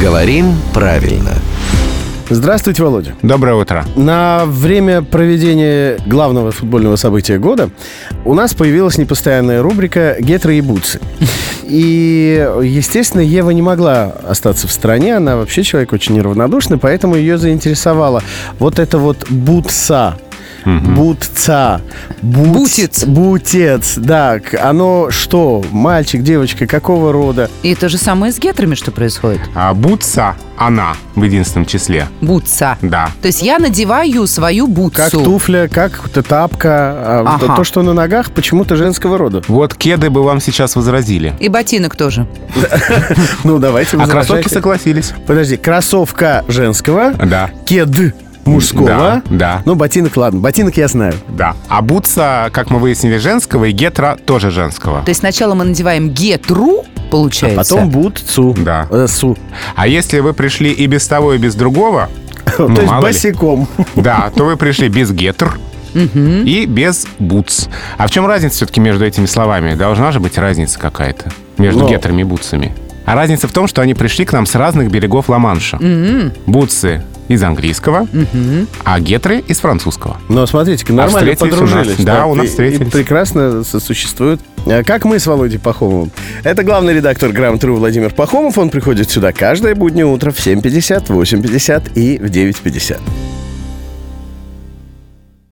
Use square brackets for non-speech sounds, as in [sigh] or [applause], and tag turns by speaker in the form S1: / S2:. S1: Говорим правильно.
S2: Здравствуйте, Володя.
S3: Доброе утро.
S2: На время проведения главного футбольного события года у нас появилась непостоянная рубрика «Гетры и бутсы». И, естественно, Ева не могла остаться в стране. Она вообще человек очень неравнодушный, поэтому ее заинтересовала вот это вот бутса. Бутца. Бут-
S4: Бутец.
S2: Бутец, да. К- Оно что? Мальчик, девочка, какого рода?
S4: И то же самое с гетрами, что происходит.
S3: А бутса она в единственном числе.
S4: Бутса.
S3: Да.
S4: То есть я надеваю свою бутсу.
S2: Как туфля, как т- тапка. А вот
S4: Ага.
S2: То, что на ногах, почему-то женского рода.
S3: Вот кеды бы вам сейчас возразили.
S4: И ботинок тоже.
S2: Ну, давайте
S3: А кроссовки
S2: возражайте.
S3: согласились.
S2: Подожди, кроссовка женского,
S3: Да.
S2: кед мужского.
S3: Да, да.
S2: Ну, ботинок, ладно, ботинок я знаю.
S3: Да. А бутса, как мы выяснили, женского, и гетра тоже женского.
S4: То есть сначала мы надеваем гетру, получается.
S2: А Потом бутцу.
S3: Да.
S2: Э, су.
S3: А если вы пришли и без того, и без другого,
S2: [laughs]
S3: Ну,
S2: То есть
S3: мало ли.
S2: босиком.
S3: да, то вы пришли без гетр и без бутс. А в чем разница все-таки между этими словами? Должна же быть разница какая-то между
S2: Но.
S3: гетрами и бутсами. А разница в том, что они пришли к нам с разных берегов Ла-Манша. Бутсы из английского, а гетры из французского.
S2: Но смотрите-ка, нормально
S3: А встретились у
S2: подружились.
S3: нас. Да, у нас
S2: и- и
S3: встретились.
S2: прекрасно существует. Э, Как мы с Володей Пахомовым. Это главный редактор Грамм-Тру Владимир Пахомов. Он приходит сюда каждое буднее утро в 7.50, 8.50 и в 9.50.